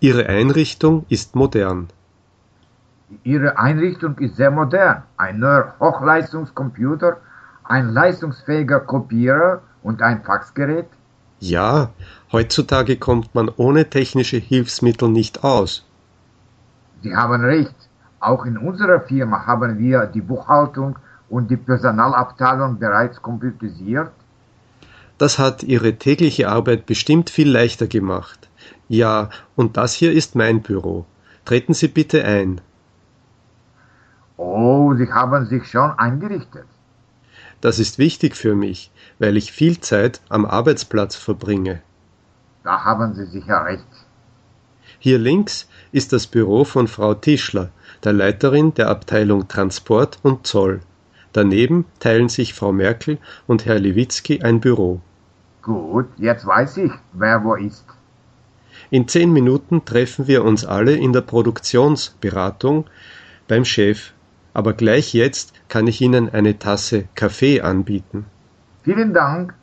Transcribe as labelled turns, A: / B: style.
A: Ihre Einrichtung ist modern.
B: Ihre Einrichtung ist sehr modern. Ein neuer Hochleistungscomputer, ein leistungsfähiger Kopierer und ein Faxgerät.
A: Ja, heutzutage kommt man ohne technische Hilfsmittel nicht aus.
B: Sie haben recht. Auch in unserer Firma haben wir die Buchhaltung und die Personalabteilung bereits computerisiert.
A: Das hat Ihre tägliche Arbeit bestimmt viel leichter gemacht. Ja, und das hier ist mein Büro. Treten Sie bitte ein.
B: Oh, Sie haben sich schon eingerichtet.
A: Das ist wichtig für mich, weil ich viel Zeit am Arbeitsplatz verbringe.
B: Da haben Sie sicher recht.
A: Hier links ist das Büro von Frau Tischler, der Leiterin der Abteilung Transport und Zoll. Daneben teilen sich Frau Merkel und Herr Lewitzki ein Büro.
B: Gut, jetzt weiß ich, wer wo ist.
A: In zehn Minuten treffen wir uns alle in der Produktionsberatung beim Chef, aber gleich jetzt kann ich Ihnen eine Tasse Kaffee anbieten.
B: Vielen Dank.